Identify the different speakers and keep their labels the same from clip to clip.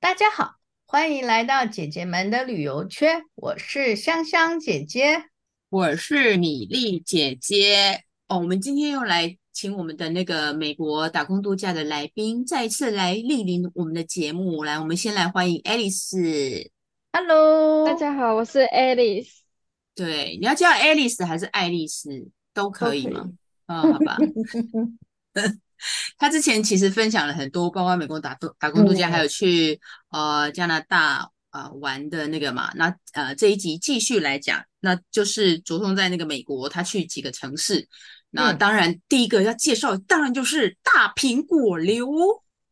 Speaker 1: 大家好，欢迎来到姐姐们的旅游圈，我是香香姐姐。
Speaker 2: 我是米粒姐姐哦，我们今天又来请我们的那个美国打工度假的来宾，再次来莅临我们的节目。来，我们先来欢迎 Alice。
Speaker 1: Hello，
Speaker 3: 大家好，我是 Alice。
Speaker 2: 对，你要叫 Alice 还是爱丽丝都可以
Speaker 3: 都可以
Speaker 2: 吗？哦，好 吧。他之前其实分享了很多，包括美国打工打工度假，
Speaker 1: 嗯
Speaker 2: 还有去呃加拿大呃玩的那个嘛。那呃这一集继续来讲，那就是着重在那个美国，他去几个城市。那
Speaker 1: 嗯
Speaker 2: 当然，第一个要介绍，当然就是大苹果流，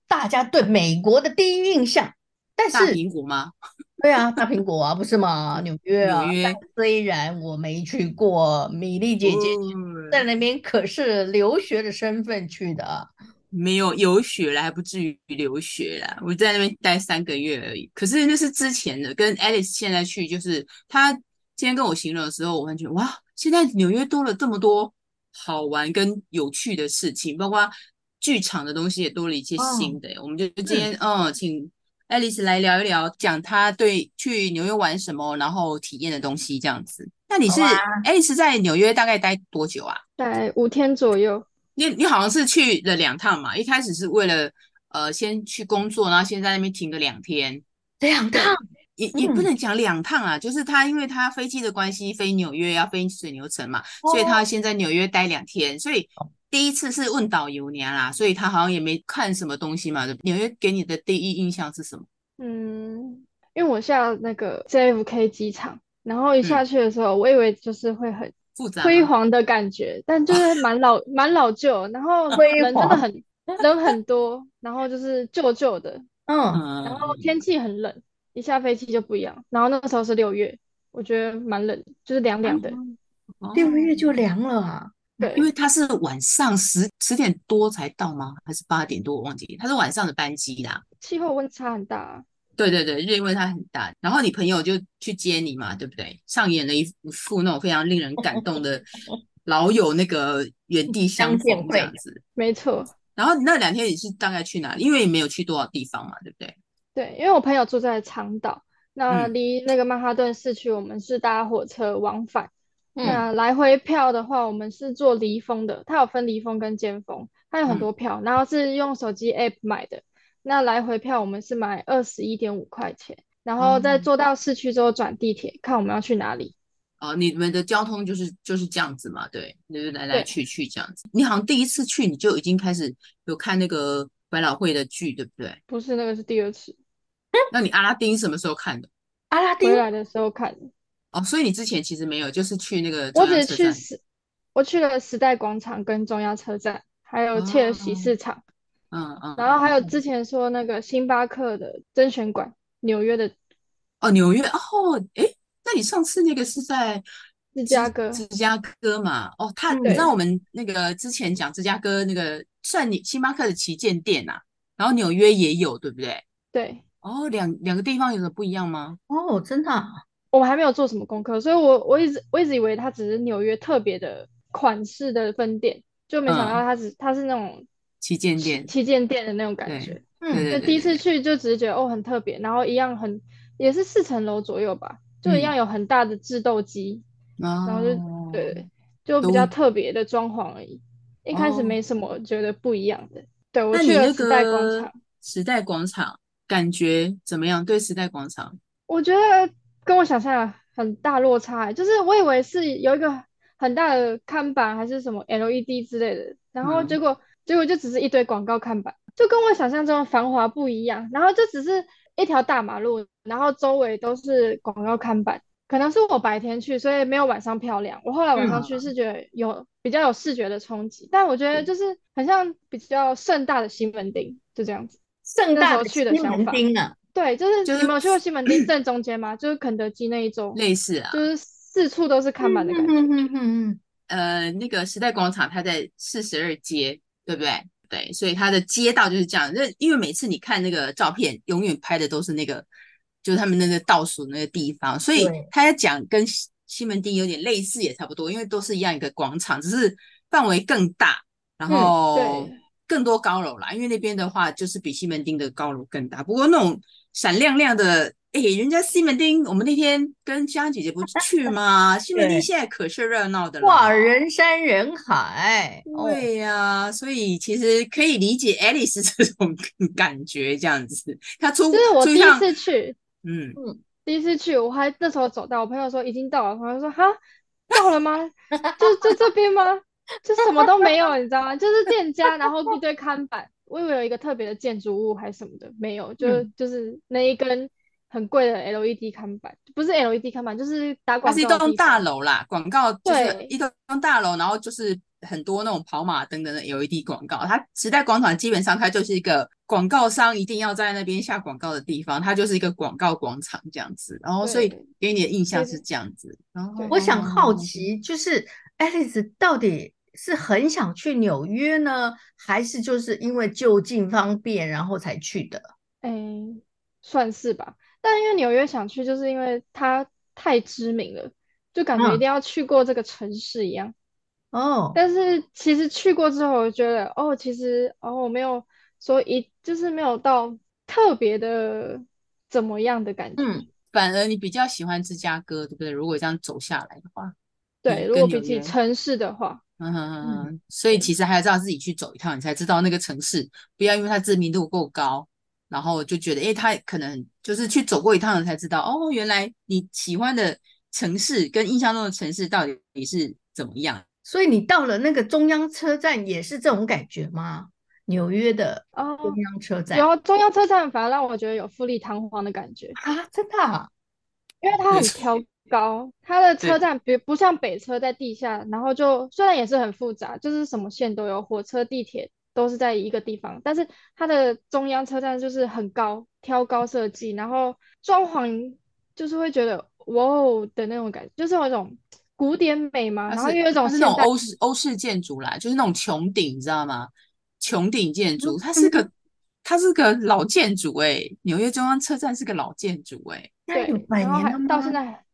Speaker 1: 大家对美国的第一印象，但
Speaker 2: 大
Speaker 1: 是
Speaker 2: 苹果吗？
Speaker 1: 对啊，大苹果啊，不是 吗？纽约啊，
Speaker 2: 纽约
Speaker 1: 但虽然我没去过，米粒姐姐
Speaker 2: 嗯
Speaker 1: 在那边可是留学的身份去的。
Speaker 2: 没有游学了，还不至于留学啦。我在那边待三个月而已，可是那是之前的，跟 Alice 现在去，就是她今天跟我形容的时候，我感觉得哇，现在纽约多了这么多好玩跟有趣的事情，包括剧场的东西也多了一些
Speaker 1: 哦
Speaker 2: 新的、我们就今天嗯，请 Alice 来聊一聊，讲她对去纽约玩什么，然后体验的东西这样子。那你是、
Speaker 1: 好啊
Speaker 2: Alice 在纽约大概待多久啊？
Speaker 3: 在五天左右，
Speaker 2: 你你好像是去了两趟嘛，一开始是为了呃先去工作，然后先在那边停个两天，
Speaker 1: 两趟，
Speaker 2: 也也
Speaker 1: 嗯
Speaker 2: 不能讲两趟啊，就是他因为他飞机的关系飞纽约要飞水牛城嘛，所以他先在纽约待两天，所以第一次是问导游娘啦，所以他好像也没看什么东西嘛。纽约给你的第一印象是什么？
Speaker 3: 嗯，因为我下那个 JFK 机场，然后一下去的时候，我以为就是会很
Speaker 2: 复杂
Speaker 3: 辉
Speaker 2: 吗？
Speaker 3: 煌的感觉，但就是蛮老蛮老旧，然后
Speaker 1: 辉
Speaker 3: 人真的
Speaker 1: 煌
Speaker 3: 很人很多，然后就是旧旧的，
Speaker 1: 嗯，
Speaker 2: 嗯，
Speaker 3: 然后天气很冷，一下飞机就不一样。然后那个时候是六月，我觉得蛮冷，就是凉凉的。
Speaker 2: 哦
Speaker 1: 六月就凉了啊。
Speaker 3: 对
Speaker 2: 因，为他是晚上十十点多才到吗？还是八点多？我忘记，他是晚上的班机啦。
Speaker 3: 气候温差很大啊。
Speaker 2: 对对对，就因为它很大，然后你朋友就去接你嘛，对不对？上演了一一副那种非常令人感动 的老友那个原地相
Speaker 1: 相见
Speaker 2: 逢
Speaker 1: 会
Speaker 2: 这样子。
Speaker 3: 没错，
Speaker 2: 然后你那两天你是大概去哪里？因为也没有去多少地方嘛，对不对？
Speaker 3: 对，因为我朋友住在长岛，那
Speaker 2: 嗯
Speaker 3: 离那个曼哈顿市区，我们是搭火车往返。
Speaker 1: 嗯
Speaker 3: 那来回票的话，我们是坐离峰的，它有分离峰跟尖峰，它有
Speaker 2: 嗯
Speaker 3: 很多票，然后是用手机 app 买的。那来回票我们是买二十一点五块钱，然后再
Speaker 2: 嗯
Speaker 3: 坐到市区之后转地铁，看我们要去哪里。
Speaker 2: 哦，你们的交通就是就是这样子嘛，对，就是来来
Speaker 3: 对
Speaker 2: 去去这样子。你好像第一次去你就已经开始有看那个百老汇的剧，对不对？
Speaker 3: 不是那个是第二次，
Speaker 2: 那你阿拉丁什么时候看的？
Speaker 1: 阿拉丁
Speaker 3: 回来的时候看的。
Speaker 2: 哦，所以你之前其实没有，就是去那个
Speaker 3: 我
Speaker 2: 中央
Speaker 3: 只
Speaker 2: 车
Speaker 3: 去
Speaker 2: 站
Speaker 3: 时，我去了时代广场跟中央车站，还有切尔西
Speaker 2: 哦
Speaker 3: 市场。
Speaker 2: 嗯嗯，
Speaker 3: 然后还有之前说那个星巴克的甄选馆，纽约的
Speaker 2: 哦，纽约哦，诶，那你上次那个是在芝
Speaker 3: 芝加哥，
Speaker 2: 芝加哥嘛？哦，他
Speaker 1: 嗯
Speaker 2: 你知道我们那个之前讲芝加哥那个算你星巴克的旗舰店呐、然后纽约也有，对不对？
Speaker 3: 对，
Speaker 2: 哦，两两个地方有什么不一样吗？
Speaker 1: 哦，真的啊
Speaker 3: 我们还没有做什么功课，所以我我一直我一直以为它只是纽约特别的款式的分店，就没想到
Speaker 2: 嗯
Speaker 3: 它只它是那种
Speaker 2: 旗舰
Speaker 3: 旗
Speaker 2: 店，
Speaker 3: 旗舰店的那种感
Speaker 2: 对哦
Speaker 3: 觉。
Speaker 1: 嗯
Speaker 2: 对对
Speaker 3: 就第一次去就只是觉得哦很特别，然后一样很也是四层楼左右吧，就一样有很大的制豆机，
Speaker 2: 然
Speaker 3: 然后就
Speaker 2: 嗯哦，
Speaker 3: 对，就比
Speaker 2: 都
Speaker 3: 较特别的装潢而已。一开始
Speaker 2: 哦
Speaker 3: 没什么觉得不一样的，对我
Speaker 2: 那
Speaker 3: 去
Speaker 2: 你
Speaker 3: 了
Speaker 2: 那
Speaker 3: 时代广
Speaker 2: 个
Speaker 3: 场。
Speaker 2: 时代广场感觉怎么样？对时代广场，
Speaker 3: 我觉得跟我想象的很大落差欸，就是我以为是有一个很大的看板还是什么 LED 之类的，然后
Speaker 2: 嗯
Speaker 3: 结果结果就只是一堆广告看板，就跟我想象中的繁华不一样。然后就只是一条大马路，然后周围都是广告看板。可能是我白天去，所以没有晚上漂亮。我后来晚上
Speaker 2: 嗯
Speaker 3: 去是觉得有比较有视觉的冲击，但我觉得就是很像比较盛大的西门町，就这样子。
Speaker 1: 盛
Speaker 3: 那时
Speaker 1: 大
Speaker 3: 候
Speaker 1: 的
Speaker 3: 去的
Speaker 1: 西
Speaker 3: 想
Speaker 1: 门
Speaker 3: 法
Speaker 1: 町啊，
Speaker 3: 对，就是
Speaker 2: 就
Speaker 3: 你
Speaker 2: 是
Speaker 3: 们有去过西门町正中间吗？就是肯德基那一周，
Speaker 2: 类似啊，
Speaker 3: 就是四处都是看板的感觉。
Speaker 1: 嗯嗯嗯嗯
Speaker 2: 呃，那个时代广场它在四十二街，对不对？对，所以它的街道就是这样。那因为每次你看那个照片，永远拍的都是那个，就是他们那个倒数那个地方，所以
Speaker 1: 对
Speaker 2: 他在讲跟西西门町有点类似，也差不多，因为都是一样一个广场，只是范围更大，然
Speaker 3: 嗯
Speaker 2: 后
Speaker 3: 对
Speaker 2: 更多高楼啦，因为那边的话就是比西门町的高楼更大。不过那种闪亮亮的，哎、人家西门町，我们那天跟香姐姐不是去吗？西门町
Speaker 1: 对
Speaker 2: 现在可是热闹的了。
Speaker 1: 哇，人山人海，哦，
Speaker 2: 对呀、所以其实可以理解 Alice 这种感觉，这样子，她出
Speaker 3: 就是我
Speaker 2: 出
Speaker 3: 第一
Speaker 2: 趟，
Speaker 3: 次去，
Speaker 2: 嗯，
Speaker 3: 第一次去，我还那时候走到，我朋友说已经到了，我就说哈，到了吗？就就这边吗？就什么都没有，你知道吗？就是店家，然后一堆看板，我以为有一个特别的建筑物还是什么的，没有，就
Speaker 2: 嗯
Speaker 3: 就是那一根很贵的 LED 看板，不是 LED 看板，就是打
Speaker 2: 它
Speaker 3: 广
Speaker 2: 是一
Speaker 3: 告的
Speaker 2: 栋
Speaker 3: 地
Speaker 2: 大
Speaker 3: 方。
Speaker 2: 楼啦，广告就是
Speaker 3: 对
Speaker 2: 一栋大楼，然后就是很多那种跑马灯的那 LED 广告。它时代广场基本上它就是一个广告商一定要在那边下广告的地方，它就是一个广告广场这样子。然后所以
Speaker 3: 对
Speaker 2: 给你的印象
Speaker 3: 对
Speaker 2: 是这样子。然后
Speaker 1: 我
Speaker 3: 哦
Speaker 1: 想好，奇，就是哎 Alice 到底是很想去纽约呢，还是就是因为就近方便然后才去的？
Speaker 3: 诶，哎算是吧。但因为纽约想去，就是因为它太知名了，就感觉一
Speaker 1: 嗯
Speaker 3: 定要去过这个城市一样。
Speaker 1: 哦，
Speaker 3: 但是其实去过之后，我觉得哦，其实哦，我没有说一就是没有到特别的怎么样的感觉。
Speaker 1: 嗯，
Speaker 2: 反而你比较喜欢芝加哥，对不对？如果这样走下来的话，
Speaker 3: 对，
Speaker 2: 嗯
Speaker 3: 如
Speaker 2: 跟
Speaker 3: 果比
Speaker 2: 纽
Speaker 3: 起
Speaker 2: 约
Speaker 3: 城市的话，
Speaker 2: 嗯哼哼哼，所以其实还是要自己去走一趟，你才知道那个城市。不要因为它知名度够高，然后就觉得，诶，它可能就是去走过一趟，才知道哦，原来你喜欢的城市跟印象中的城市到底是怎么样。
Speaker 1: 所以你到了那个中央车站也是这种感觉吗？纽约的
Speaker 3: 哦，
Speaker 1: 中央车站
Speaker 3: 有中央车站反而让我觉得有富丽堂皇的感觉，
Speaker 1: 啊，真的啊，
Speaker 3: 因为它
Speaker 2: 没
Speaker 3: 很
Speaker 2: 错
Speaker 3: 挑高，它的车
Speaker 2: 对
Speaker 3: 站不不像北车在地下，然后就虽然也是很复杂，就是什么线都有，火车、地铁都是在一个地方，但是它的中央车站就是很高，挑高设计，然后装潢就是会觉得哇哦的那种感觉，就是有一种古典美嘛，
Speaker 2: 它
Speaker 3: 然后
Speaker 2: 是
Speaker 3: 又有一种
Speaker 2: 它是
Speaker 3: 现
Speaker 2: 那种
Speaker 3: 代，
Speaker 2: 欧式欧式建筑啦，就是那种穹顶，你知道吗？穹顶建筑，它
Speaker 3: 嗯
Speaker 2: 是个它是个老建筑诶，纽约中央车站是个老建筑诶。
Speaker 1: 那有
Speaker 3: 对，
Speaker 1: 百
Speaker 3: 然后
Speaker 1: 年
Speaker 3: 还
Speaker 1: 了
Speaker 3: 到现
Speaker 1: 吗？
Speaker 3: 在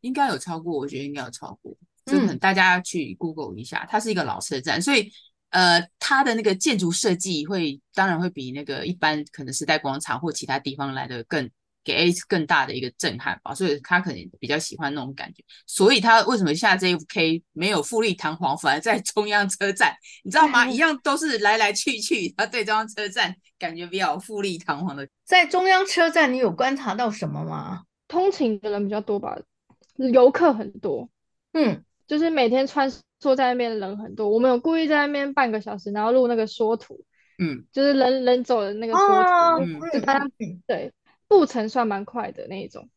Speaker 2: 应该有超过，我觉得应该有超过，就可能
Speaker 1: 嗯
Speaker 2: 大家去 Google 一下，它是一个老车站，所以呃，它的那个建筑设计会当然会比那个一般可能时代广场或其他地方来的更给 Alice 更大的一个震撼吧，所以他可能比较喜欢那种感觉，所以他为什么下 JFK 没有富丽堂皇，反而在中央车站，你知道吗？一样都是来来去去，他对中央车站感觉比较有富丽堂皇的
Speaker 1: 在中央车站你有观察到什么吗？
Speaker 3: 通勤的人比较多吧，游客很多。
Speaker 1: 嗯，
Speaker 3: 就是每天穿梭在那边的人很多，我们有故意在那边半个小时，然后录那个缩图，
Speaker 2: 嗯，
Speaker 3: 就是人人走的那个缩
Speaker 1: 哦，
Speaker 3: 图，
Speaker 2: 嗯
Speaker 1: 嗯嗯嗯
Speaker 3: 对，步程算蛮快的那一种，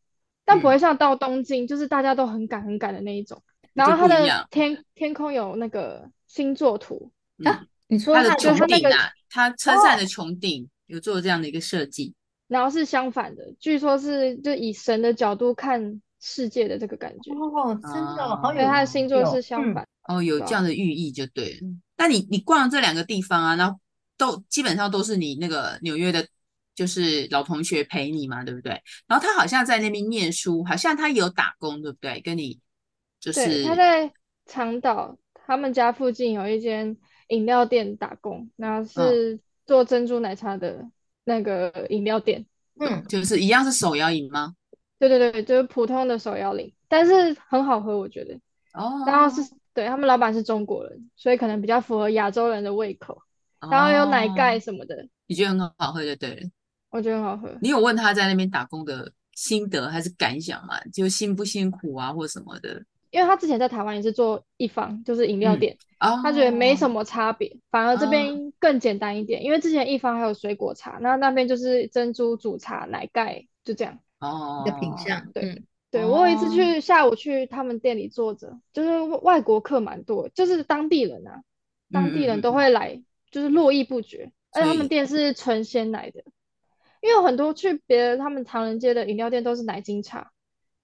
Speaker 3: 但
Speaker 2: 嗯
Speaker 3: 不会像到东京，就是大家都很赶很赶的那一种。然
Speaker 2: 就
Speaker 3: 后它
Speaker 2: 不一
Speaker 3: 的
Speaker 2: 样
Speaker 3: 天天空有那个星座图，
Speaker 2: 嗯。
Speaker 1: 你说
Speaker 2: 它的
Speaker 1: 它
Speaker 3: 就是它
Speaker 2: 穹
Speaker 3: 那
Speaker 2: 顶
Speaker 3: 个哦
Speaker 2: 啊，它车站的穹顶有做这样的一个设计，
Speaker 3: 然后是相反的，据说是就以神的角度看世界的这个感觉，
Speaker 1: 哦，真的好
Speaker 2: 啊
Speaker 3: 所以
Speaker 1: 有
Speaker 3: 它的星座
Speaker 1: 有
Speaker 3: 是相
Speaker 1: 嗯
Speaker 3: 反。
Speaker 2: 哦，有
Speaker 3: 对啊
Speaker 2: 这样的寓意就对了。
Speaker 3: 嗯
Speaker 2: 那你你逛这两个地方啊，那都基本上都是你那个纽约的，就是老同学陪你嘛，对不对？然后他好像在那边念书，好像他有打工，对不对？跟你就
Speaker 3: 对，
Speaker 2: 是
Speaker 3: 他在长岛，他们家附近有一间饮料店打工，然
Speaker 2: 嗯
Speaker 3: 后是做珍珠奶茶的那个饮料店。
Speaker 1: 嗯，
Speaker 2: 就是一样是手摇饮吗？
Speaker 3: 对对对，就是普通的手摇饮，但是很好喝，我觉得。
Speaker 2: 哦，
Speaker 3: 然后是，对，他们老板是中国人，所以可能比较符合亚洲人的胃口。然后有奶盖
Speaker 2: 哦，
Speaker 3: 什么的，
Speaker 2: 你觉得很好喝就对了。
Speaker 3: 我觉得很好喝。
Speaker 2: 你有问他在那边打工的心得还是感想吗？就辛不辛苦啊，或什么的？
Speaker 3: 因为他之前在台湾也是做一方，就是饮料
Speaker 2: 嗯
Speaker 3: 店，
Speaker 2: 哦，
Speaker 3: 他觉得没什么差别，反而这
Speaker 2: 哦
Speaker 3: 边更简单一点。因为之前一方还有水果茶，那那边就是珍珠煮茶、奶盖，就这样。
Speaker 2: 哦，
Speaker 1: 一个品相，
Speaker 3: 对
Speaker 1: 嗯，
Speaker 3: 对，我有一次
Speaker 2: 哦
Speaker 3: 去下午去他们店里坐着，就是外外国客蛮多，就是当地人啊，当地
Speaker 2: 嗯嗯
Speaker 3: 人都
Speaker 2: 嗯
Speaker 3: 会来，就是络绎不绝。而且他
Speaker 2: 所以
Speaker 3: 们店是纯鲜奶的，因为有很多去别的他们唐人街的饮料店都是奶精茶，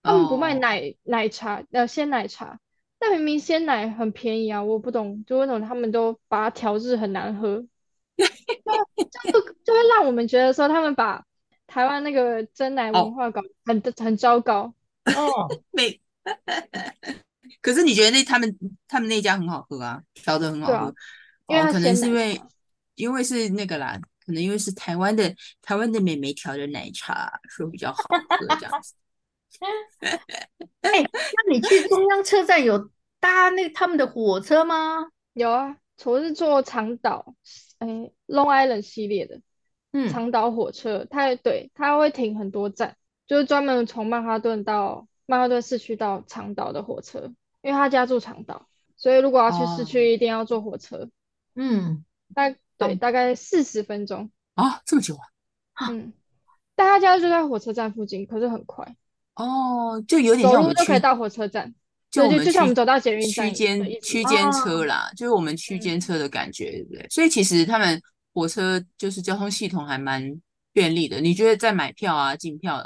Speaker 3: 他们不卖
Speaker 2: 哦
Speaker 3: 奶奶茶，呃，鲜奶茶。但明明鲜奶很便宜啊，我不懂，就为什么他们都把它调制很难 喝，就就就会让我们觉得说他们把台湾那个真奶
Speaker 2: 哦
Speaker 3: 文化搞很很糟糕。
Speaker 1: 哦，
Speaker 2: 没。 可是你觉得那他们他们那家很好喝啊，调的很好
Speaker 3: 对啊
Speaker 2: 喝，
Speaker 3: 因为
Speaker 2: 哦，
Speaker 3: 它
Speaker 2: 可能
Speaker 3: 鲜
Speaker 2: 是因
Speaker 3: 奶
Speaker 2: 为
Speaker 3: 茶
Speaker 2: 因为是那个啦，可能因为是台湾的台湾的美眉调的奶茶，说比较好喝这 样子。
Speaker 1: 哎，那你去中央车站有搭那他们的火车吗？
Speaker 3: 有啊，我是坐长岛，哎，Long Island 系列的
Speaker 1: 嗯，
Speaker 3: 长岛火车，它对它会停很多站，就是专门从曼哈顿到曼哈顿市区到长岛的火车，因为他家住长岛，所以如果要去市
Speaker 2: 哦
Speaker 3: 区一定要坐火车，
Speaker 1: 嗯，
Speaker 3: 大对
Speaker 2: 懂
Speaker 3: 大概四十分钟，
Speaker 2: 啊，这么久啊？
Speaker 3: 嗯，但他家就在火车站附近，可是很快，
Speaker 2: 哦，就有点
Speaker 3: 走
Speaker 2: 像我
Speaker 3: 路
Speaker 2: 们
Speaker 3: 就可以
Speaker 2: 去，
Speaker 3: 到火车站，
Speaker 2: 就我
Speaker 3: 对
Speaker 2: 们
Speaker 3: 对，就像我
Speaker 2: 去
Speaker 3: 们走到捷运站
Speaker 2: 区
Speaker 3: 的意
Speaker 2: 间
Speaker 3: 思嗯
Speaker 2: 区
Speaker 3: 吧
Speaker 2: 间
Speaker 1: 哦
Speaker 2: 车啦，就是我们区间车的感觉，对不对？所以其实他们火车就是交通系统还蛮便利的。你觉得在买票啊、进票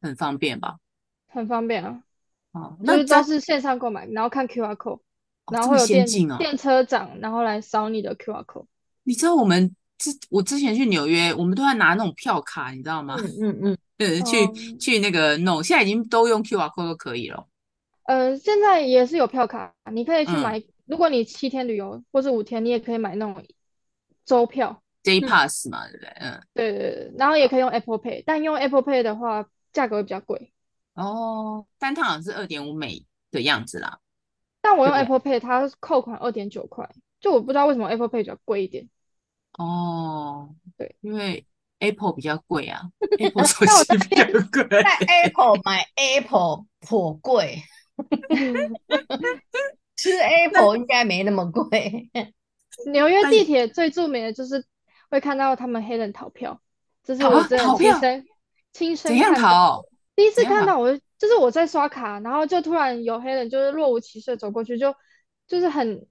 Speaker 2: 很方便吧？
Speaker 3: 很方便啊，
Speaker 2: 哦，
Speaker 3: 就
Speaker 2: 那
Speaker 3: 是
Speaker 2: 在
Speaker 3: 都是线上购买，然后看 QR code，
Speaker 2: 哦
Speaker 3: 然
Speaker 2: 这
Speaker 3: 后
Speaker 2: 么
Speaker 3: 会有
Speaker 2: 先
Speaker 3: 电
Speaker 2: 进哦。
Speaker 3: 电车长，然后来扫你的 QR code。
Speaker 2: 你知道我们之我之前去纽约，我们都要拿那种票卡，你知道吗？
Speaker 1: 嗯嗯嗯，
Speaker 2: 呃， 去
Speaker 3: 嗯，
Speaker 2: 去那个弄，现在已经都用 QR code 都可以了。
Speaker 3: 呃，现在也是有票卡，你可以去
Speaker 2: 嗯
Speaker 3: 买。如果你七天旅游或者五天，你也可以买那种周票。
Speaker 2: J
Speaker 1: 嗯
Speaker 2: Pass 嘛，对不对？嗯，
Speaker 3: 对对对，然后也可以用 Apple Pay，但用 Apple Pay 的话，价格会比较贵。
Speaker 2: 哦，单趟好像是二点五美的样子啦。
Speaker 3: 但我用
Speaker 2: 对
Speaker 3: Apple Pay，它扣款二点九块，就我不知道为什么 Apple Pay 比较贵 一点。
Speaker 2: 哦，
Speaker 3: 对，
Speaker 2: 因为 Apple 比较贵啊，Apple 手
Speaker 3: 那我
Speaker 2: 机比较贵。
Speaker 1: 在 Apple 买 Apple 颇贵，吃 Apple 应该没那么贵。
Speaker 3: 纽约
Speaker 2: 但
Speaker 3: 地铁最著名的就是会看到他们黑人逃票，这是
Speaker 2: 逃
Speaker 3: 我
Speaker 2: 啊
Speaker 3: 真的
Speaker 2: 逃
Speaker 3: 亲
Speaker 2: 票
Speaker 3: 身亲身
Speaker 2: 怎样
Speaker 3: 看到。
Speaker 2: 逃？
Speaker 3: 第一次
Speaker 2: 怎样
Speaker 3: 看
Speaker 2: 逃
Speaker 3: 到我就，就是我在刷卡，然后就突然有黑人就是若无其事的走过去，就就是很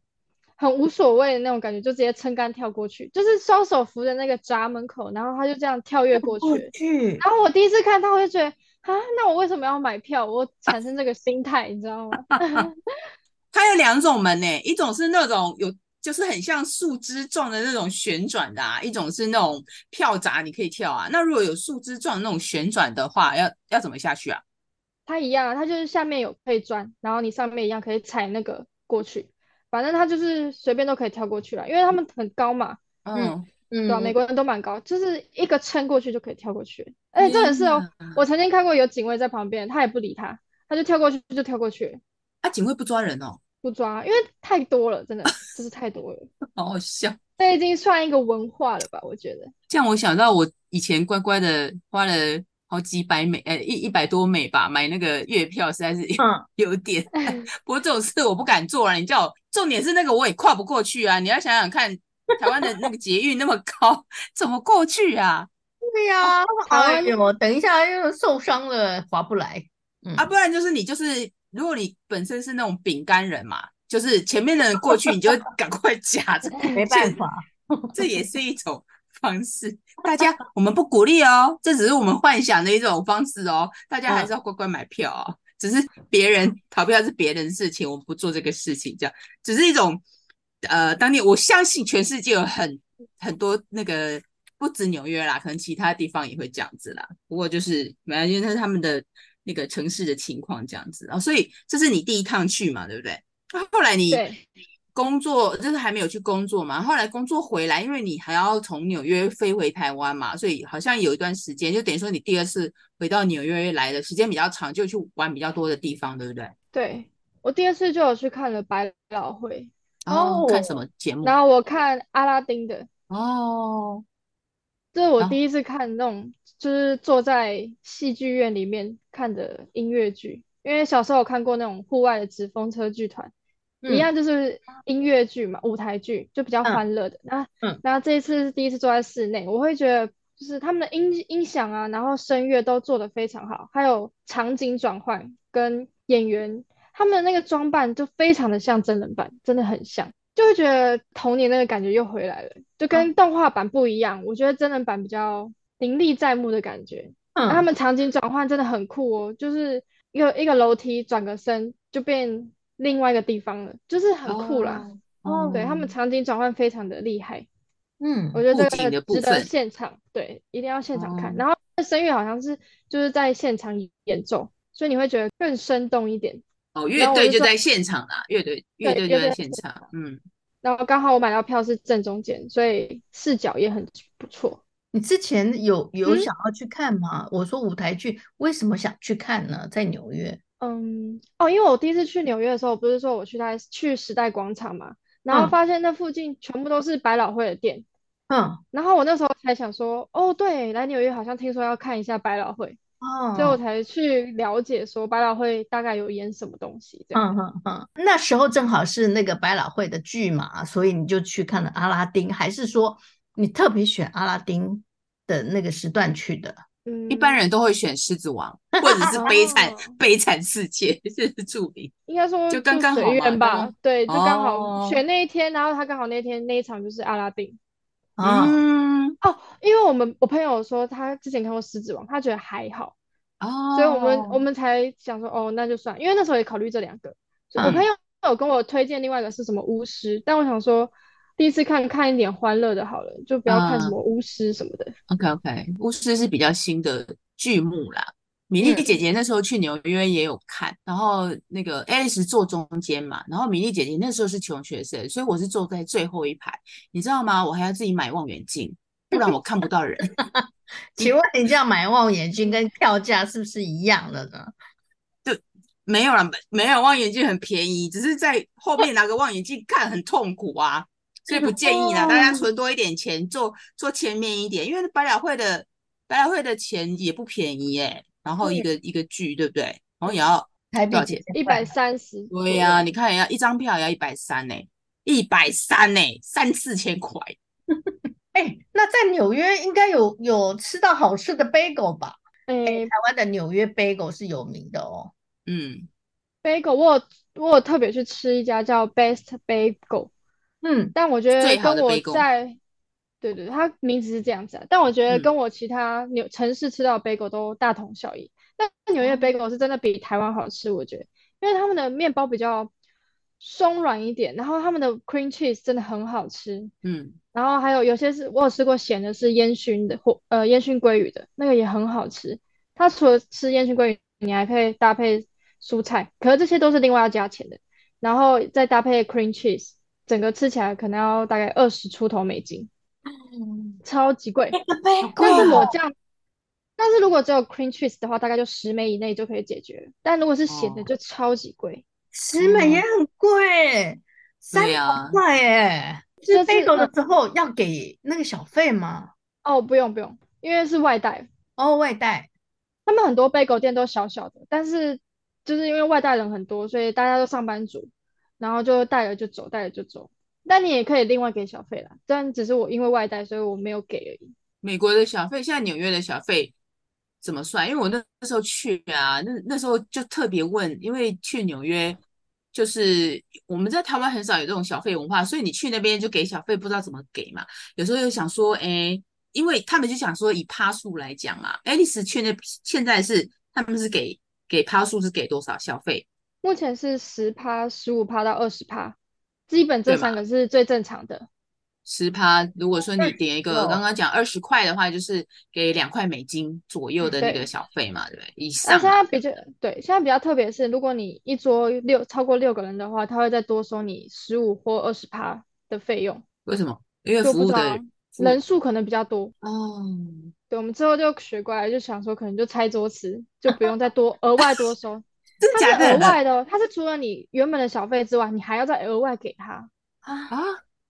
Speaker 3: 很无所谓的那种感觉，就直接撑杆跳过去，就是双手扶着那个闸门口，然后他就这样跳跃过
Speaker 1: 过
Speaker 3: 哦去。
Speaker 1: 去，
Speaker 3: 然后我第一次看到，我就觉得啊，那我为什么要买票？我产生这个心态，你知道吗？
Speaker 2: 它有两种门呢、欸一种是那种有就是很像树枝状的那种旋转的啊，一种是那种跳闸你可以跳啊。那如果有树枝状的那种旋转的话，要要怎么下去啊？
Speaker 3: 它一样啊，它就是下面有可以钻，然后你上面一样可以踩那个过去，反正它就是随便都可以跳过去了，因为他们很高嘛，
Speaker 2: 嗯，
Speaker 1: 嗯
Speaker 3: 对啊吧、美国人都蛮高，就是一个撑过去就可以跳过去。而且重点是哦，
Speaker 2: 天哪
Speaker 3: 我曾经看过有警卫在旁边，他也不理他，他就跳过去就跳过去，
Speaker 2: 啊，警卫不抓人哦，
Speaker 3: 不抓，因为太多了， 真的就是太多了，
Speaker 2: 好好笑。
Speaker 3: 这已经算一个文化了吧？我觉得
Speaker 2: 这样我想到我以前乖乖的花了好几百美，呃，一一百多美吧，买那个月票实在是
Speaker 1: 嗯，
Speaker 2: 有点。 不过这种事我不敢做啊，你叫我，重点是那个我也跨不过去啊。你要想想看，台湾的那个捷运那么高， 怎么过去啊？
Speaker 1: 对呀，
Speaker 3: 台
Speaker 1: 哎
Speaker 3: 湾
Speaker 1: 呦，等一下又受伤了，划不来。嗯
Speaker 2: 啊，不然就是你就是，如果你本身是那种饼干人嘛，就是前面的人过去，你就赶快 夹着过
Speaker 1: 没
Speaker 2: 去，
Speaker 1: 办法，
Speaker 2: 这也是一种方式。大家我们不鼓励哦，这只是我们幻想的一种方式哦，大家还是要乖乖买票哦。只是别人逃票是别人的事情，我们不做这个事情，这样只是一种呃，当年我相信全世界有很很多那个。不止纽约啦，可能其他地方也会这样子啦。不过就是反正就是他们的那个城市的情况这样子啊、哦，所以这是你第一趟去嘛，对不对？那后来你
Speaker 3: 对，
Speaker 2: 工作就是还没有去工作嘛，后来工作回来，因为你还要从纽约飞回台湾嘛，所以好像有一段时间，就等于说你第二次回到纽约来的时间比较长，就去玩比较多的地方，对不对？
Speaker 3: 对我第二次就有去看了百老汇，
Speaker 1: 哦
Speaker 2: 看什么节目？
Speaker 3: 然后我看阿拉丁的。
Speaker 2: 哦，
Speaker 3: 这是我
Speaker 2: 啊
Speaker 3: 第一次看那种，就是坐在戏剧院里面看的音乐剧，因为小时候有看过那种户外的纸风车剧团，一
Speaker 1: 嗯
Speaker 3: 样就是音乐剧嘛，舞台剧就比较
Speaker 1: 嗯
Speaker 3: 欢乐的。那
Speaker 1: 嗯
Speaker 3: 那这一次是第一次坐在室内，我会觉得就是他们的音音响啊，然后声乐都做得非常好，还有场景转换跟演员他们的那个装扮就非常的像真人版，真的很像。就会觉得童年那个感觉又回来了，就
Speaker 1: 嗯
Speaker 3: 跟动画版不一样。我觉得真人版比较凌厉在目的感觉，那他
Speaker 1: 嗯，
Speaker 3: 们场景转换真的很酷哦，就是一个一个楼梯转个身就变另外一个地方了，就是很酷啦。
Speaker 2: 哦，
Speaker 3: 对，他们场景转换非常的厉害，
Speaker 1: 嗯
Speaker 3: 我觉得
Speaker 2: 布
Speaker 3: 这
Speaker 2: 景
Speaker 3: 个
Speaker 2: 的部
Speaker 3: 值得
Speaker 2: 分
Speaker 3: 现场，对，一定要现场看。
Speaker 2: 哦
Speaker 3: 然后声乐好像是就是在现场演奏，所以你会觉得更生动一点。
Speaker 2: 哦，乐
Speaker 3: 然后我
Speaker 2: 队
Speaker 3: 就
Speaker 2: 就
Speaker 3: 说
Speaker 2: 在现场啦，乐队乐队
Speaker 3: 对乐
Speaker 2: 就在
Speaker 3: 队
Speaker 2: 现场，嗯，
Speaker 3: 然后刚好我买到票是正中间，所以视角也很不错。
Speaker 1: 你之前有有
Speaker 3: 嗯
Speaker 1: 想要去看吗？我说舞台剧为什么想去看呢？在纽约，
Speaker 3: 嗯，哦，因为我第一次去纽约的时候，我不是说我去它去时代广场嘛，然后
Speaker 1: 嗯
Speaker 3: 发现那附近全部都是百老汇的店，
Speaker 1: 嗯，
Speaker 3: 然后我那时候才想说，哦，对，来纽约好像听说要看一下百老汇，
Speaker 2: 嗯
Speaker 3: 所以我
Speaker 1: 哦，
Speaker 3: 才去了解说百老汇大概有演什么东西这样。
Speaker 1: 嗯嗯嗯，那时候正好是那个百老汇的剧嘛，所以你就去看了阿拉丁，还是说你特别选阿拉丁的那个时段去的？
Speaker 3: 嗯，
Speaker 2: 一般人都会选《狮子王》，或者是《悲惨
Speaker 3: 哦
Speaker 2: 悲惨世界》，这是著名。
Speaker 3: 应该说
Speaker 2: 就刚刚
Speaker 3: 随
Speaker 2: 好嘛
Speaker 3: 缘
Speaker 2: 刚
Speaker 3: 吧，
Speaker 2: 刚
Speaker 3: 对，就刚
Speaker 2: 哦
Speaker 3: 好选那一天，然后他刚好那天那一场就是阿拉丁。
Speaker 1: 啊、
Speaker 2: 嗯，
Speaker 3: 哦，因为我们我朋友说他之前看过《狮子王》，他觉得还好，
Speaker 2: 哦，
Speaker 3: 所以我们我们才想说哦，那就算，因为那时候也考虑这两个。就我
Speaker 1: 嗯
Speaker 3: 朋友有跟我推荐另外一个是什么巫师，但我想说第一次看看一点欢乐的好了，就不要看什
Speaker 2: 嗯
Speaker 3: 么巫师什么的。
Speaker 2: OK OK，巫师是比较新的剧目啦。米莉姐姐那时候去纽约也有看，然后那个 Alice 坐中间嘛，然后米莉姐姐那时候是穷学生，所以我是坐在最后一排，你知道吗？我还要自己买望远镜，不然我看不到人。
Speaker 1: 请问你这样买望远镜跟票价是不是一样的呢？
Speaker 2: 没有啦，没有望远镜很便宜，只是在后面拿个望远镜看很痛苦啊，所以不建议啦，大家
Speaker 3: 哦
Speaker 2: 存多一点钱，做做前面一点，因为百老汇的百老汇的钱也不便宜耶、然后一个一个剧对不对？然后也要
Speaker 1: 台币
Speaker 2: 多少
Speaker 1: 几
Speaker 2: 钱
Speaker 1: 千
Speaker 3: 一
Speaker 1: 块
Speaker 3: 百三十，
Speaker 2: 对呀、你看也要一张票也要一百三呢，一百三呢，三四千块。
Speaker 1: 哎，那在纽约应该有有吃到好吃的 bagel 吧？
Speaker 3: 诶
Speaker 1: 台湾的纽约 bagel 是有名的哦。
Speaker 2: 嗯，
Speaker 3: ，bagel，我有我有特别去吃一家叫 Best Bagel，
Speaker 1: 嗯
Speaker 3: 但我觉得
Speaker 2: 最好
Speaker 3: 跟
Speaker 2: 的
Speaker 3: 我
Speaker 2: bagel
Speaker 3: 在，对对，它名字是这样子啊，但我觉得
Speaker 2: 嗯
Speaker 3: 跟我其他纽城市吃到的 bagel 都大同小异。但纽约 bagel 是真的比台湾好吃，我觉得，因为他们的面包比较松软一点，然后他们的 cream cheese 真的很好吃，
Speaker 2: 嗯，
Speaker 3: 然后还有有些是我有吃过咸的，是烟熏的或呃烟熏鲑鱼的，那个也很好吃。它除了吃烟熏鲑鱼，你还可以搭配蔬菜，可是这些都是另外要加钱的，然后再搭配 cream cheese，整个吃起来可能要大概二十出头美金，超级贵。
Speaker 1: ，bagel
Speaker 3: 但是我这样，但是如果只有 cream cheese 的话，大概就十美以内就可以解决了。但如果是咸的，
Speaker 2: 哦
Speaker 3: 就超级贵。
Speaker 1: 十美也很贵，三百
Speaker 2: 对呀、
Speaker 1: 块耶。吃
Speaker 3: 就是
Speaker 1: bagel 的
Speaker 3: 嗯
Speaker 1: 时候要给那个小费吗？
Speaker 3: 哦，不用不用，因为是外带。
Speaker 1: 哦，外带。
Speaker 3: 他们很多 bagel 店都小小的，但是就是因为外带人很多，所以大家都上班族，然后就带了就走，带了就走。但你也可以另外给小费啦，但只是我因为外带，所以我没有给而已。
Speaker 2: 美国的小费，现在纽约的小费怎么算？因为我那那时候去啊，那那时候就特别问，因为去纽约就是我们在台湾很少有这种小费文化，所以你去那边就给小费，不知道怎么给嘛。有时候又想说，哎，因为他们就想说以趴数来讲嘛，爱丽丝去那现在是他们是给给趴数是给多少小费？
Speaker 3: 目前是十趴、十五趴到二十趴，基本这
Speaker 2: 对嘛
Speaker 3: 三个是最正常的。
Speaker 2: 十趴，如果说你点一个
Speaker 1: 哦
Speaker 2: 刚刚讲二十块的话，就是给两块美金左右的那
Speaker 3: 对
Speaker 2: 个小费嘛，对不对？以
Speaker 3: 那
Speaker 2: 上
Speaker 3: 现
Speaker 2: 嘛
Speaker 3: 在比较对，现在比较特别是，如果你一桌六超过六个人的话，他会再多收你十五或二十趴的费用，
Speaker 2: 为什么？因为
Speaker 3: 就
Speaker 2: 服务
Speaker 3: 不啊知
Speaker 2: 的
Speaker 3: 道
Speaker 2: 服务
Speaker 3: 人数可能比较多。
Speaker 2: 哦，
Speaker 3: 对，我们之后就学过来，就想说可能就拆桌吃，就不用再多额外多 收。
Speaker 2: 真
Speaker 3: 它
Speaker 2: 假
Speaker 3: 是额
Speaker 2: 的
Speaker 3: 外的哦，它是除了你原本的小费之外，你还要再额外给他。
Speaker 1: 啊，
Speaker 2: 啊？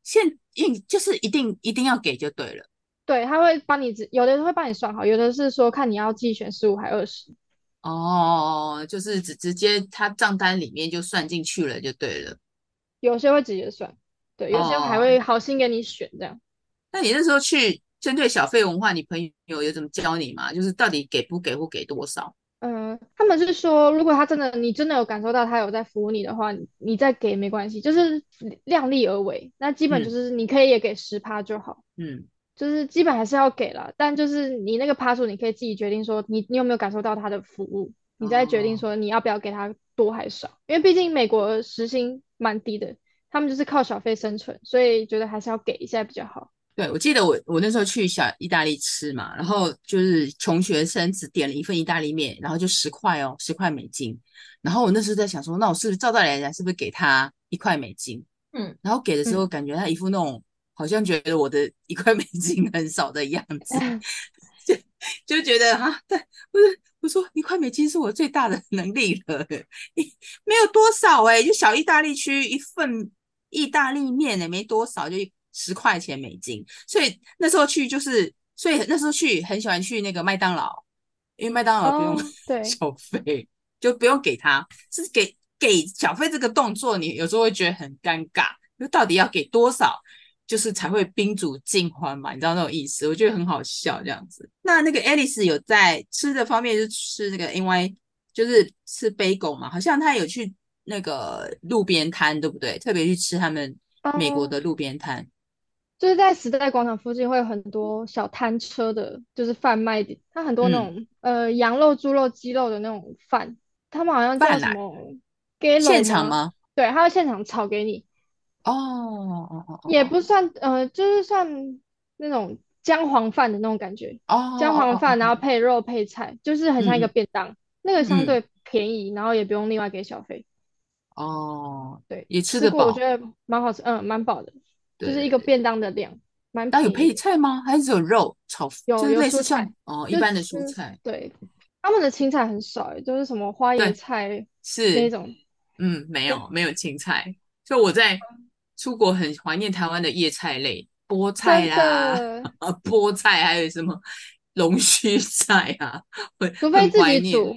Speaker 2: 现硬就是一定一定要给就对了。
Speaker 3: 对，他会帮你只，有的会帮你算好，有的是说看你要自己选十五还二十。
Speaker 2: 哦，就是直直接他账单里面就算进去了就对了。
Speaker 3: 有些会直接算，对，有些还
Speaker 2: 哦
Speaker 3: 会好心给你选这样。
Speaker 2: 那你那时候去针对小费文化，你朋友有怎么教你吗？就是到底给不给或给多少？
Speaker 3: 嗯，他们是说，如果他真的你真的有感受到他有在服务你的话，你你再给没关系，就是量力而为。那基本
Speaker 2: 嗯
Speaker 3: 就是你可以也给十趴就好。
Speaker 2: 嗯，
Speaker 3: 就是基本还是要给啦，但就是你那个趴数，你可以自己决定说你你有没有感受到他的服务，你再决定
Speaker 2: 哦
Speaker 3: 说你要不要给他多还少。因为毕竟美国时薪蛮低的，他们就是靠小费生存，所以觉得还是要给一下比较好。
Speaker 2: 对，我记得我我那时候去小意大利吃嘛，然后就是穷学生只点了一份意大利面，然后就十块哦，十块美金。然后我那时候在想说，那我是不是照道理来讲，是不是给他一块美金？
Speaker 1: 嗯，
Speaker 2: 然后给的时候感觉他一副那种好像觉得我的一块美金很少的样子，
Speaker 3: 嗯
Speaker 2: 就就觉得啊，对，不是我说一块美金是我最大的能力了， 没有多少哎、就小意大利区一份意大利面也没多少，就十块钱美金，所以那时候去就是，所以那时候去很喜欢去那个麦当劳，因为麦当劳不用、
Speaker 3: 哦，对，
Speaker 2: 小费，就不用给他，是给给小费这个动作，你有时候会觉得很尴尬，就到底要给多少，就是才会宾主尽欢嘛，你知道那种意思，我觉得很好笑这样子。那那个 Alice 有在吃的方面，就吃那个 NY，就是吃 b a g e 嘛，好像她有去那个路边摊，对不对？特别去吃他们美国
Speaker 3: 哦
Speaker 2: 的路边摊。
Speaker 3: 就是在时代广场附近会有很多小摊车的，就是贩卖的，它很多那
Speaker 2: 嗯
Speaker 3: 种呃羊肉、猪肉、鸡肉的那种饭，他们好像叫
Speaker 2: 饭
Speaker 3: 什
Speaker 2: 啊
Speaker 3: 么 gallon
Speaker 2: 现场
Speaker 3: 哦吗？
Speaker 2: 吗？
Speaker 3: 对，他会现场炒给你，
Speaker 2: 哦哦哦
Speaker 3: 也不算呃，就是算那种姜黄饭的那种感觉，
Speaker 2: 哦哦
Speaker 3: 姜黄饭，然
Speaker 2: 哦
Speaker 3: 后配肉配菜，就是很像一个
Speaker 2: 嗯
Speaker 3: 便当，那个相
Speaker 2: 嗯
Speaker 3: 对便宜，然后也不用另外给小费。
Speaker 2: 哦哦，
Speaker 3: 对，
Speaker 2: 也吃
Speaker 3: 吃
Speaker 2: 得
Speaker 3: 过，我
Speaker 2: 饱。
Speaker 3: 觉得蛮好吃，嗯，蛮饱的，就是
Speaker 2: 对
Speaker 3: 一个便当的量，蛮
Speaker 2: 那有
Speaker 3: 便宜
Speaker 2: 配
Speaker 3: 的。
Speaker 2: 菜吗？还是只有肉炒，就
Speaker 3: 有
Speaker 2: 是
Speaker 3: 有
Speaker 2: 类
Speaker 3: 蔬
Speaker 2: 似
Speaker 3: 菜，
Speaker 2: 像哦一
Speaker 3: 就
Speaker 2: 般的
Speaker 3: 吃
Speaker 2: 蔬菜？
Speaker 3: 对，他们的青菜很少欸，就是什么花椰
Speaker 2: 对，
Speaker 3: 菜那
Speaker 2: 是，
Speaker 3: 种。
Speaker 2: 嗯，没
Speaker 3: 对
Speaker 2: 有没有青菜，所以我在出国很怀念台湾的叶菜类，菠菜啊
Speaker 3: 真
Speaker 2: 啦，
Speaker 3: 的，
Speaker 2: 菠菜还有什么 龙须菜啊，我
Speaker 3: 除非
Speaker 2: 很
Speaker 3: 自
Speaker 2: 怀
Speaker 3: 己
Speaker 2: 念。
Speaker 3: 煮，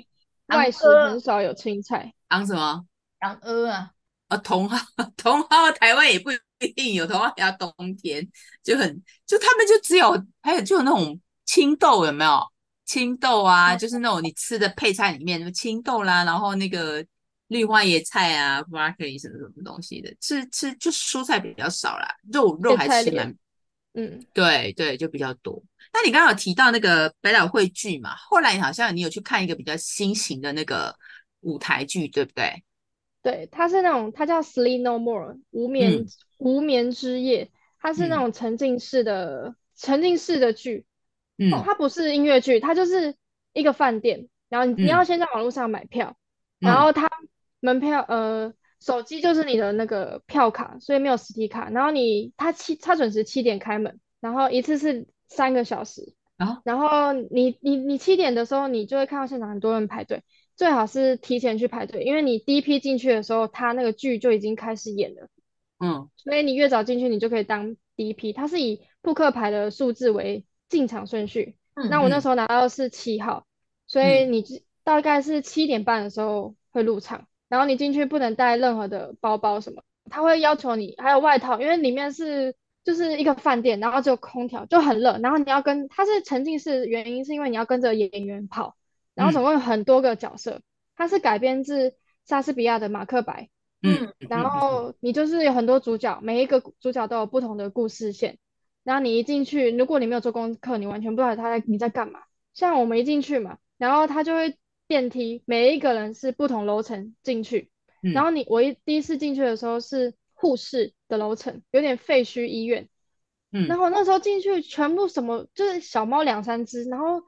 Speaker 1: 昂
Speaker 3: 外食很少有青菜。
Speaker 2: 昂什么？
Speaker 1: 养鹅啊，
Speaker 2: 啊，茼 蒿，茼蒿台湾也不一定有，茼蒿要冬天就很，就他们就只有，还有就有那种青豆有没有？青豆啊，
Speaker 3: 哦
Speaker 1: 嗯
Speaker 2: 就是那种你吃的配菜里面，什么青豆啦，然后那个绿花椰菜啊，broccoli 什么什么东西的，吃吃就蔬菜比较少啦，肉肉
Speaker 3: 叶
Speaker 2: 还
Speaker 3: 菜
Speaker 2: 吃
Speaker 3: 类
Speaker 2: 蛮，
Speaker 3: 嗯，
Speaker 2: 对对，就比较多。那你刚刚有提到那个百老汇剧嘛，后来好像你有去看一个比较新型的那个舞台剧，对不对？
Speaker 3: 对，它是那种，它叫 Sleep No More，无眠
Speaker 2: 嗯
Speaker 3: 无眠之夜，它是那
Speaker 2: 嗯
Speaker 3: 种沉浸式的沉浸式的剧。哦，
Speaker 2: 嗯
Speaker 3: 它不是音乐剧，它就是一个饭店，然后你你要
Speaker 2: 嗯
Speaker 3: 先在网络上买票，然
Speaker 2: 嗯
Speaker 3: 后它门票呃手机就是你的那个票卡，所以没有实体卡。然后你它七它准时七点开门，然后一次是三个小时，
Speaker 2: 然后
Speaker 3: 然后你你你七点的时候你就会看到现场很多人排队，最好是提前去排队，因为你第一批进去的时候，它那个剧就已经开始演了。
Speaker 2: 嗯。
Speaker 3: 所以你越早进去，你就可以当第一批。它是以扑克牌的数字为进场顺序。那我那
Speaker 2: 嗯
Speaker 3: 时候拿到的是七号，所以
Speaker 2: 嗯
Speaker 3: 你进大概是七点半的时候会入场，然后你进去不能带任何的包包什么，他会要求你还有外套，因为里面是就是一个饭店，然后只有空调，就很热，然后你要跟它是沉浸式，原因是因为你要跟着演员跑，然后总
Speaker 2: 嗯
Speaker 3: 共有很多个角色，它是改编自莎士比亚的《马克白》。
Speaker 2: 嗯嗯
Speaker 3: 然
Speaker 2: 嗯嗯
Speaker 3: 后你就是有很多主角，每一个主角都有不同的故事线。然后你一进去，如果你没有做功课，你完全不知道他在你在干嘛。像我们一进去嘛，然后他就会电梯，每一个人是不同楼层进去。
Speaker 2: 嗯
Speaker 3: 然后你我一第一次进去的时候是护士的楼层，有点废墟医院。然
Speaker 2: 嗯
Speaker 3: 后那时候进去全部什么就是小猫两三只，然后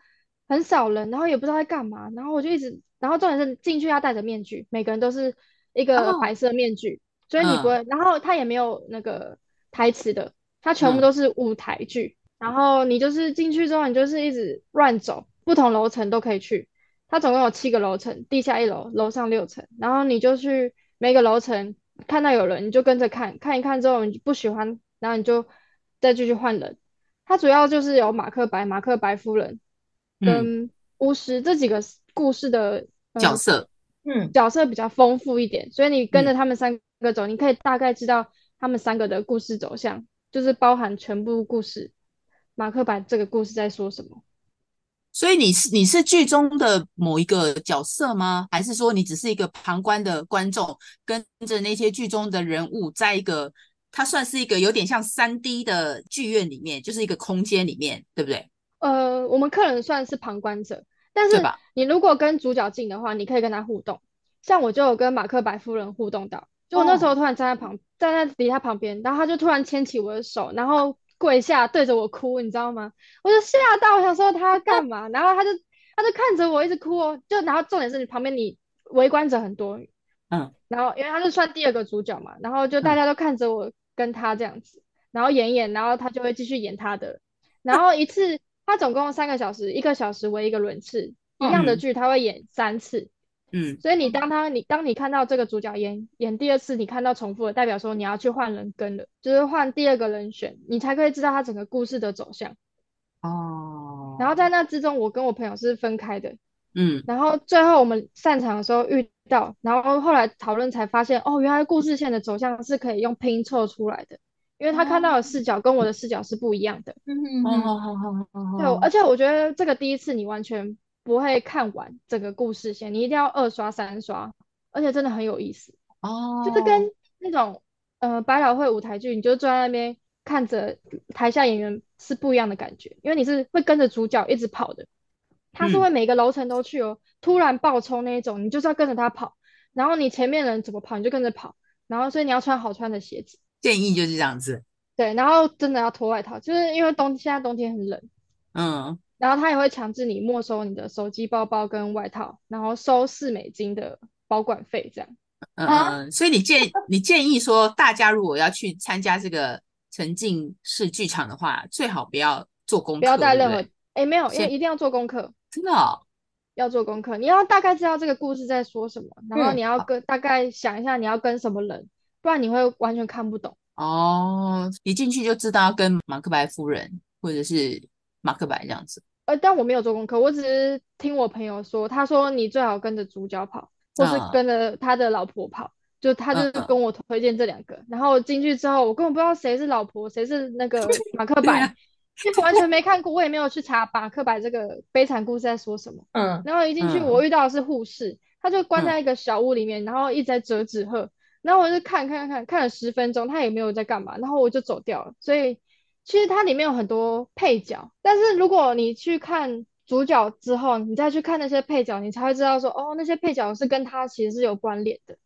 Speaker 3: 很少人，然后也不知道在干嘛，然后我就一直，然后重点是进去要戴着面具，每个人都是一个
Speaker 2: 哦
Speaker 3: 白色面具，所以你不
Speaker 2: 嗯
Speaker 3: 会，然后它也没有那个台词的，它全
Speaker 2: 嗯
Speaker 3: 部都是舞台剧，然后你就是进去之后你就是一直乱走，不同楼层都可以去，它总共有七个楼层，地下一楼，楼上六层，然后你就去每个楼层看到有人，你就跟着看，看一看之后你不喜欢，然后你就再继续换人。它主要就是有马克白、马克白夫人
Speaker 2: 嗯，
Speaker 3: 跟巫师这几个 s- 故事的
Speaker 2: 角
Speaker 3: 呃
Speaker 2: 色，
Speaker 1: 嗯，
Speaker 3: 角色比较丰富一点，所以你跟着
Speaker 2: 嗯
Speaker 3: 他们三个走，你可以大概知道他们三个的故事走向，就是包含全部故事。马克白这个故事在说什么？
Speaker 2: 所以你是你是剧中的某一个角色吗？还是说你只是一个旁观的观众，跟着那些剧中的人物，在一个它算是一个有点像三 D 的剧院里面，就是一个空间里面，对不对？
Speaker 3: 呃，我们客人算是旁观者，但
Speaker 2: 对
Speaker 3: 是
Speaker 2: 吧？
Speaker 3: 你如果跟主角进的话，你可以跟他互动。像我就有跟马克白夫人互动到，就我那时
Speaker 2: 哦，
Speaker 3: 候突然站在旁，站在离他旁边，然后他就突然牵起我的手，然后跪下对着我哭，你知道吗？我就吓到，我想说他要干嘛，然后他就他就看着我一直哭哦，就然后重点是你旁边你围观者很多，
Speaker 2: 嗯，
Speaker 3: 然后因为他是算第二个主角嘛，然后就大家都看着我跟他这样子，然后演一演，然后他就会继续演他的，然后一次他总共三个小时，一个小时为一个轮次，一样的
Speaker 2: 嗯
Speaker 3: 剧他会演三次，
Speaker 2: 嗯，
Speaker 3: 所以你当他你当你看到这个主角演演第二次，你看到重复的，代表说你要去换人跟了，就是换第二个人选，你才可以知道他整个故事的走向。
Speaker 2: 哦，
Speaker 3: 然后在那之中，我跟我朋友是分开的，
Speaker 2: 嗯
Speaker 3: 然后最后我们散场的时候遇到，然后后来讨论才发现，哦，原来故事线的走向是可以用拼凑出来的，因为他看到的视角跟我的视角是不一样的。
Speaker 1: 嗯
Speaker 2: 哦，好好好好好，
Speaker 3: 对，而且我觉得这个第一次你完全不会看完整个故事线，你一定要二刷三刷，而且真的很有意思。
Speaker 2: 哦，
Speaker 3: 就是跟那种呃百老汇舞台剧，你就坐在那边看着台下演员是不一样的感觉，因为你是会跟着主角一直跑的，他是
Speaker 2: 嗯
Speaker 3: 会每个楼层都去哦，突然爆冲那一种，你就是要跟着他跑，然后你前面人怎么跑你就跟着跑，然后所以你要穿好穿的鞋子，
Speaker 2: 建议就是这样子，
Speaker 3: 对，然后真的要脱外套，就是因为冬现在冬天很冷。
Speaker 2: 嗯，
Speaker 3: 然后他也会强制你没收你的手机、包包跟外套，然后收四美金的保管费，这样。
Speaker 2: 嗯
Speaker 3: 啊
Speaker 2: 嗯，所以你建你建议说，大家如果要去参加这个沉浸式剧场的话，最好不要做功课，
Speaker 3: 不要带
Speaker 2: 对
Speaker 3: 任
Speaker 2: 不
Speaker 3: 何
Speaker 2: 对，
Speaker 3: 哎，没有，因为
Speaker 2: 是
Speaker 3: 一定要做功课，
Speaker 2: 真的哦，
Speaker 3: 要做功课，你要大概知道这个故事在说什么，然后
Speaker 2: 嗯
Speaker 3: 你要跟大概想一下你要跟什么人，不然你会完全看不懂。
Speaker 2: 哦，一进去就知道要跟马克白夫人或者是马克白这样子，
Speaker 3: 呃，但我没有做功课，我只是听我朋友说，他说你最好跟着主角跑，或是
Speaker 2: 啊
Speaker 3: 跟着他的老婆跑，就他就
Speaker 2: 嗯嗯
Speaker 3: 跟我推荐这两个。然后进去之后，我根本不知道谁是老婆，谁是那个马克
Speaker 2: 对
Speaker 3: 白
Speaker 2: 啊，
Speaker 3: 因为完全没看过，我也没有去查马克白这个悲惨故事在说什么。
Speaker 1: 嗯，
Speaker 3: 然后一进去，
Speaker 2: 嗯
Speaker 3: 我遇到的是护士，她就关
Speaker 2: 嗯
Speaker 3: 在一个小屋里面，然后一直在折纸鹤。然后我就看看看看了十分钟，她也没有在干嘛，然后我就走掉了。所以其实它里面有很多配角，但是如果你去看主角之后，你再去看那些配角，你才会知道说，哦，那些配角是跟他其实是有关联的。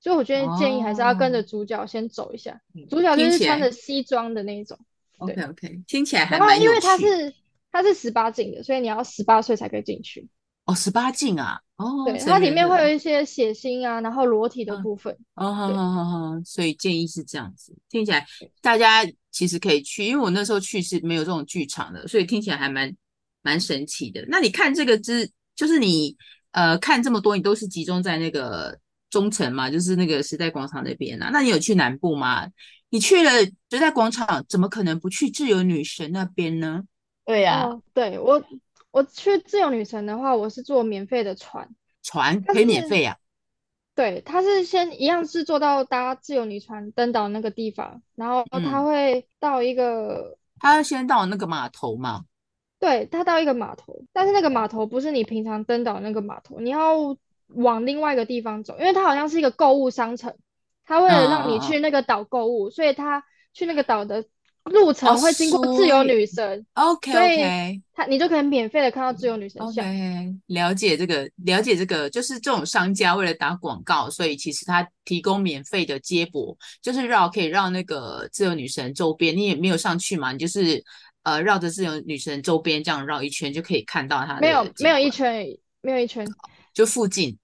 Speaker 3: 所以我觉得建议还是要跟着主角先走一下，主角就
Speaker 2: 哦嗯听
Speaker 3: 是
Speaker 2: 起
Speaker 3: 穿
Speaker 2: 来
Speaker 3: 着西装的那一种。对
Speaker 2: OK OK，听起来还
Speaker 3: 然后
Speaker 2: 蛮
Speaker 3: 因
Speaker 2: 有
Speaker 3: 为它
Speaker 2: 趣
Speaker 3: 是它是十八禁的，所以你要十八岁才可以进去。
Speaker 2: 哦，十八禁啊，哦，
Speaker 3: 对，
Speaker 2: 所以
Speaker 3: 它
Speaker 2: 没
Speaker 3: 里面
Speaker 2: 有
Speaker 3: 会有一些血腥啊，然后裸体的
Speaker 2: 嗯
Speaker 3: 部分。
Speaker 2: 哦，好
Speaker 3: 对
Speaker 2: 好好好，所以建议是这样子，听起来大家其实可以去，因为我那时候去是没有这种剧场的，所以听起来还蛮蛮神奇的。那你看这个之，就是你呃看这么多，你都是集中在那个中城嘛，就是那个时代广场那边啊。那你有去南部吗？你去了时代广场，怎么可能不去自由女神那边呢？
Speaker 1: 对
Speaker 2: 啊
Speaker 1: 呀、
Speaker 3: 哦，对，我我去自由女神的话，我是坐免费的船，
Speaker 2: 船
Speaker 3: 但
Speaker 2: 可以免
Speaker 3: 是
Speaker 2: 费啊，
Speaker 3: 对，它是先一样是坐到搭自由女船登岛那个地方，然后它
Speaker 2: 嗯
Speaker 3: 会到一个，
Speaker 2: 他要先到那个码头嘛。
Speaker 3: 对，它到一个码头，但是那个码头不是你平常登岛那个码头，你要往另外一个地方走，因为它好像是一个购物商城，它为了让你
Speaker 2: 嗯嗯嗯
Speaker 3: 去那个岛购物，所以它去那个岛的
Speaker 2: 哦
Speaker 3: 路程会经过自由
Speaker 2: 所以
Speaker 3: 女神。
Speaker 2: OK
Speaker 3: 所以
Speaker 2: OK。
Speaker 3: 它你就可以免费的看到自由女神像。
Speaker 2: OK，了解这个，了解这个，就是这种商家为了打广告，所以其实他提供免费的接驳，就是绕可以绕那个自由女神周边，你也没有上去嘛，你就是呃绕着自由女神周边这样绕一圈就可以看到它的
Speaker 3: 没有
Speaker 2: 景
Speaker 3: 没有一
Speaker 2: 观，
Speaker 3: 圈而已，没有一圈，
Speaker 2: 就附近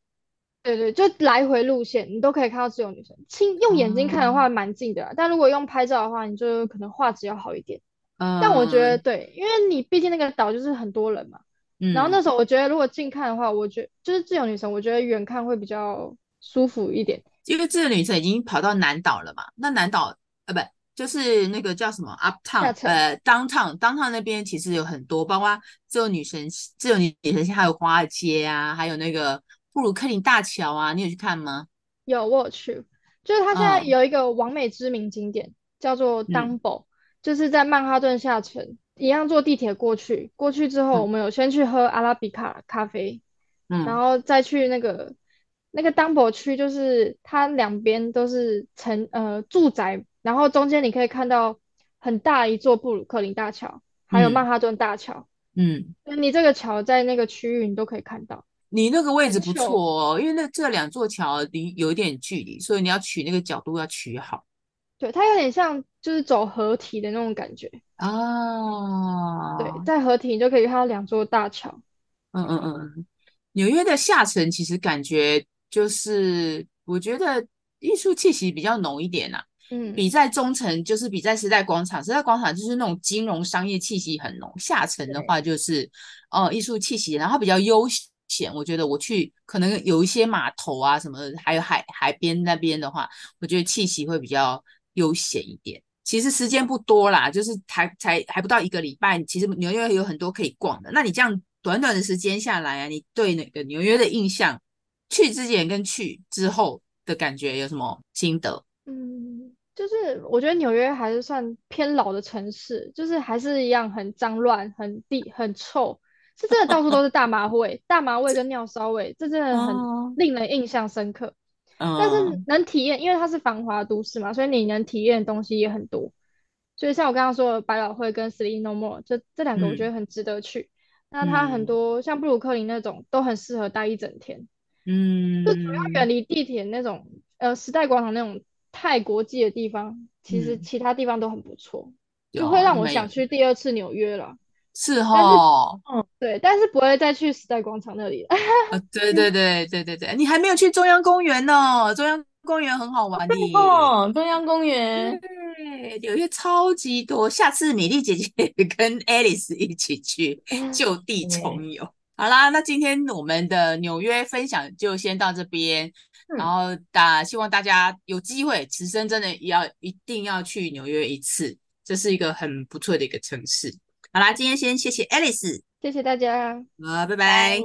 Speaker 3: 对对，就来回路线你都可以看到自由女神。亲用眼睛看的话蛮近的啦，但如果用拍照的话，你就可能画质要好一点。
Speaker 2: 嗯，
Speaker 3: 但我觉得对，因为你毕竟那个岛就是很多人嘛。
Speaker 2: 嗯，
Speaker 3: 然后那时候我觉得如果近看的话，我觉就是自由女神，我觉得远看会比较舒服一点。
Speaker 2: 因为自由女神已经跑到南岛了嘛，那南岛呃不就是那个叫什么 uptown
Speaker 3: 城
Speaker 2: 呃 downtown downtown 那边其实有很多，包括自由女神自由女神还有华尔街啊，还有那个布鲁克林大桥啊，你有去看吗？
Speaker 3: 有，我有去，就是它现在
Speaker 2: 嗯
Speaker 3: 有一个完美知名景点，叫做
Speaker 2: 嗯
Speaker 3: Dumbo，就是在曼哈顿下城，一样坐地铁过去。过去之后，
Speaker 2: 嗯
Speaker 3: 我们有先去喝阿拉比卡咖啡，然
Speaker 2: 嗯，
Speaker 3: 后再去那个那个 Dumbo 区，就是它两边都是城呃住宅，然后中间你可以看到很大一座布鲁克林大桥，还有
Speaker 2: 嗯
Speaker 3: 曼哈顿大桥。
Speaker 2: 嗯，
Speaker 3: 你这个桥在那个区域你都可以看到。
Speaker 2: 你那个位置
Speaker 3: 很
Speaker 2: 不
Speaker 3: 秀
Speaker 2: 错哦，因为那这两座桥离有一点距离，所以你要取那个角度要取好
Speaker 3: 对，它有点像就是走合体的那种感觉。
Speaker 2: 啊。
Speaker 3: 对，在合体你就可以看到两座大桥。
Speaker 2: 嗯嗯嗯，嗯纽约的下层其实感觉就是我觉得艺术气息比较浓一点啊。
Speaker 3: 嗯，
Speaker 2: 比在中层就是比在时代广场，时代广场就是那种金融商业气息很浓，下层的话就是呃艺术气息，然后它比较悠闲。我觉得我去可能有一些码头啊什么的，还有海海边那边的话，我觉得气息会比较悠闲一点。其实时间不多啦，就是才才还不到一个礼拜，其实纽约有很多可以逛的。那你这样短短的时间下来啊，你对那个纽约的印象，去之前跟去之后的感觉有什么心得？
Speaker 3: 嗯，就是我觉得纽约还是算偏老的城市，就是还是一样很脏乱、很地、很臭，是真的到处都是大麻味、大麻味跟尿骚味，这真的
Speaker 2: 哦
Speaker 3: 很令人印象深刻。
Speaker 2: 嗯，
Speaker 3: 但是能体验，因为它是繁华都市嘛，所以你能体验的东西也很多。所以像我刚刚说的百老汇跟 Sleep No More，这这两个我觉得很值得去。那它很
Speaker 2: 嗯
Speaker 3: 多像布鲁克林那种都很适合待一整天，
Speaker 2: 嗯，
Speaker 3: 就主要远离地铁那种，呃，时代广场那种太国际的地方，其实
Speaker 2: 嗯
Speaker 3: 其他地方都很不错，就
Speaker 2: 有啊
Speaker 3: 会让我
Speaker 2: 没
Speaker 3: 想
Speaker 2: 有
Speaker 3: 去第二次纽约了。
Speaker 2: 是 哦，
Speaker 3: 对，但是不会再去时代广场那里了。
Speaker 2: 呃，对对对对对对，你还没有去中央公园呢，中央公园很好玩的，
Speaker 4: 哦，中央公
Speaker 3: 嗯
Speaker 4: 园，
Speaker 2: 对，纽约超级多，下次米粒姐姐 跟 Alice 一起去
Speaker 3: 嗯
Speaker 2: 就地重游。好啦，那今天我们的纽约分享就先到这边，
Speaker 1: 嗯
Speaker 2: 然后大希望大家有机会，此生真的要一定要去纽约一次，这是一个很不错的一个城市。好啦，今天先谢谢 Alice，
Speaker 3: 谢谢大家。
Speaker 2: 呃，拜拜。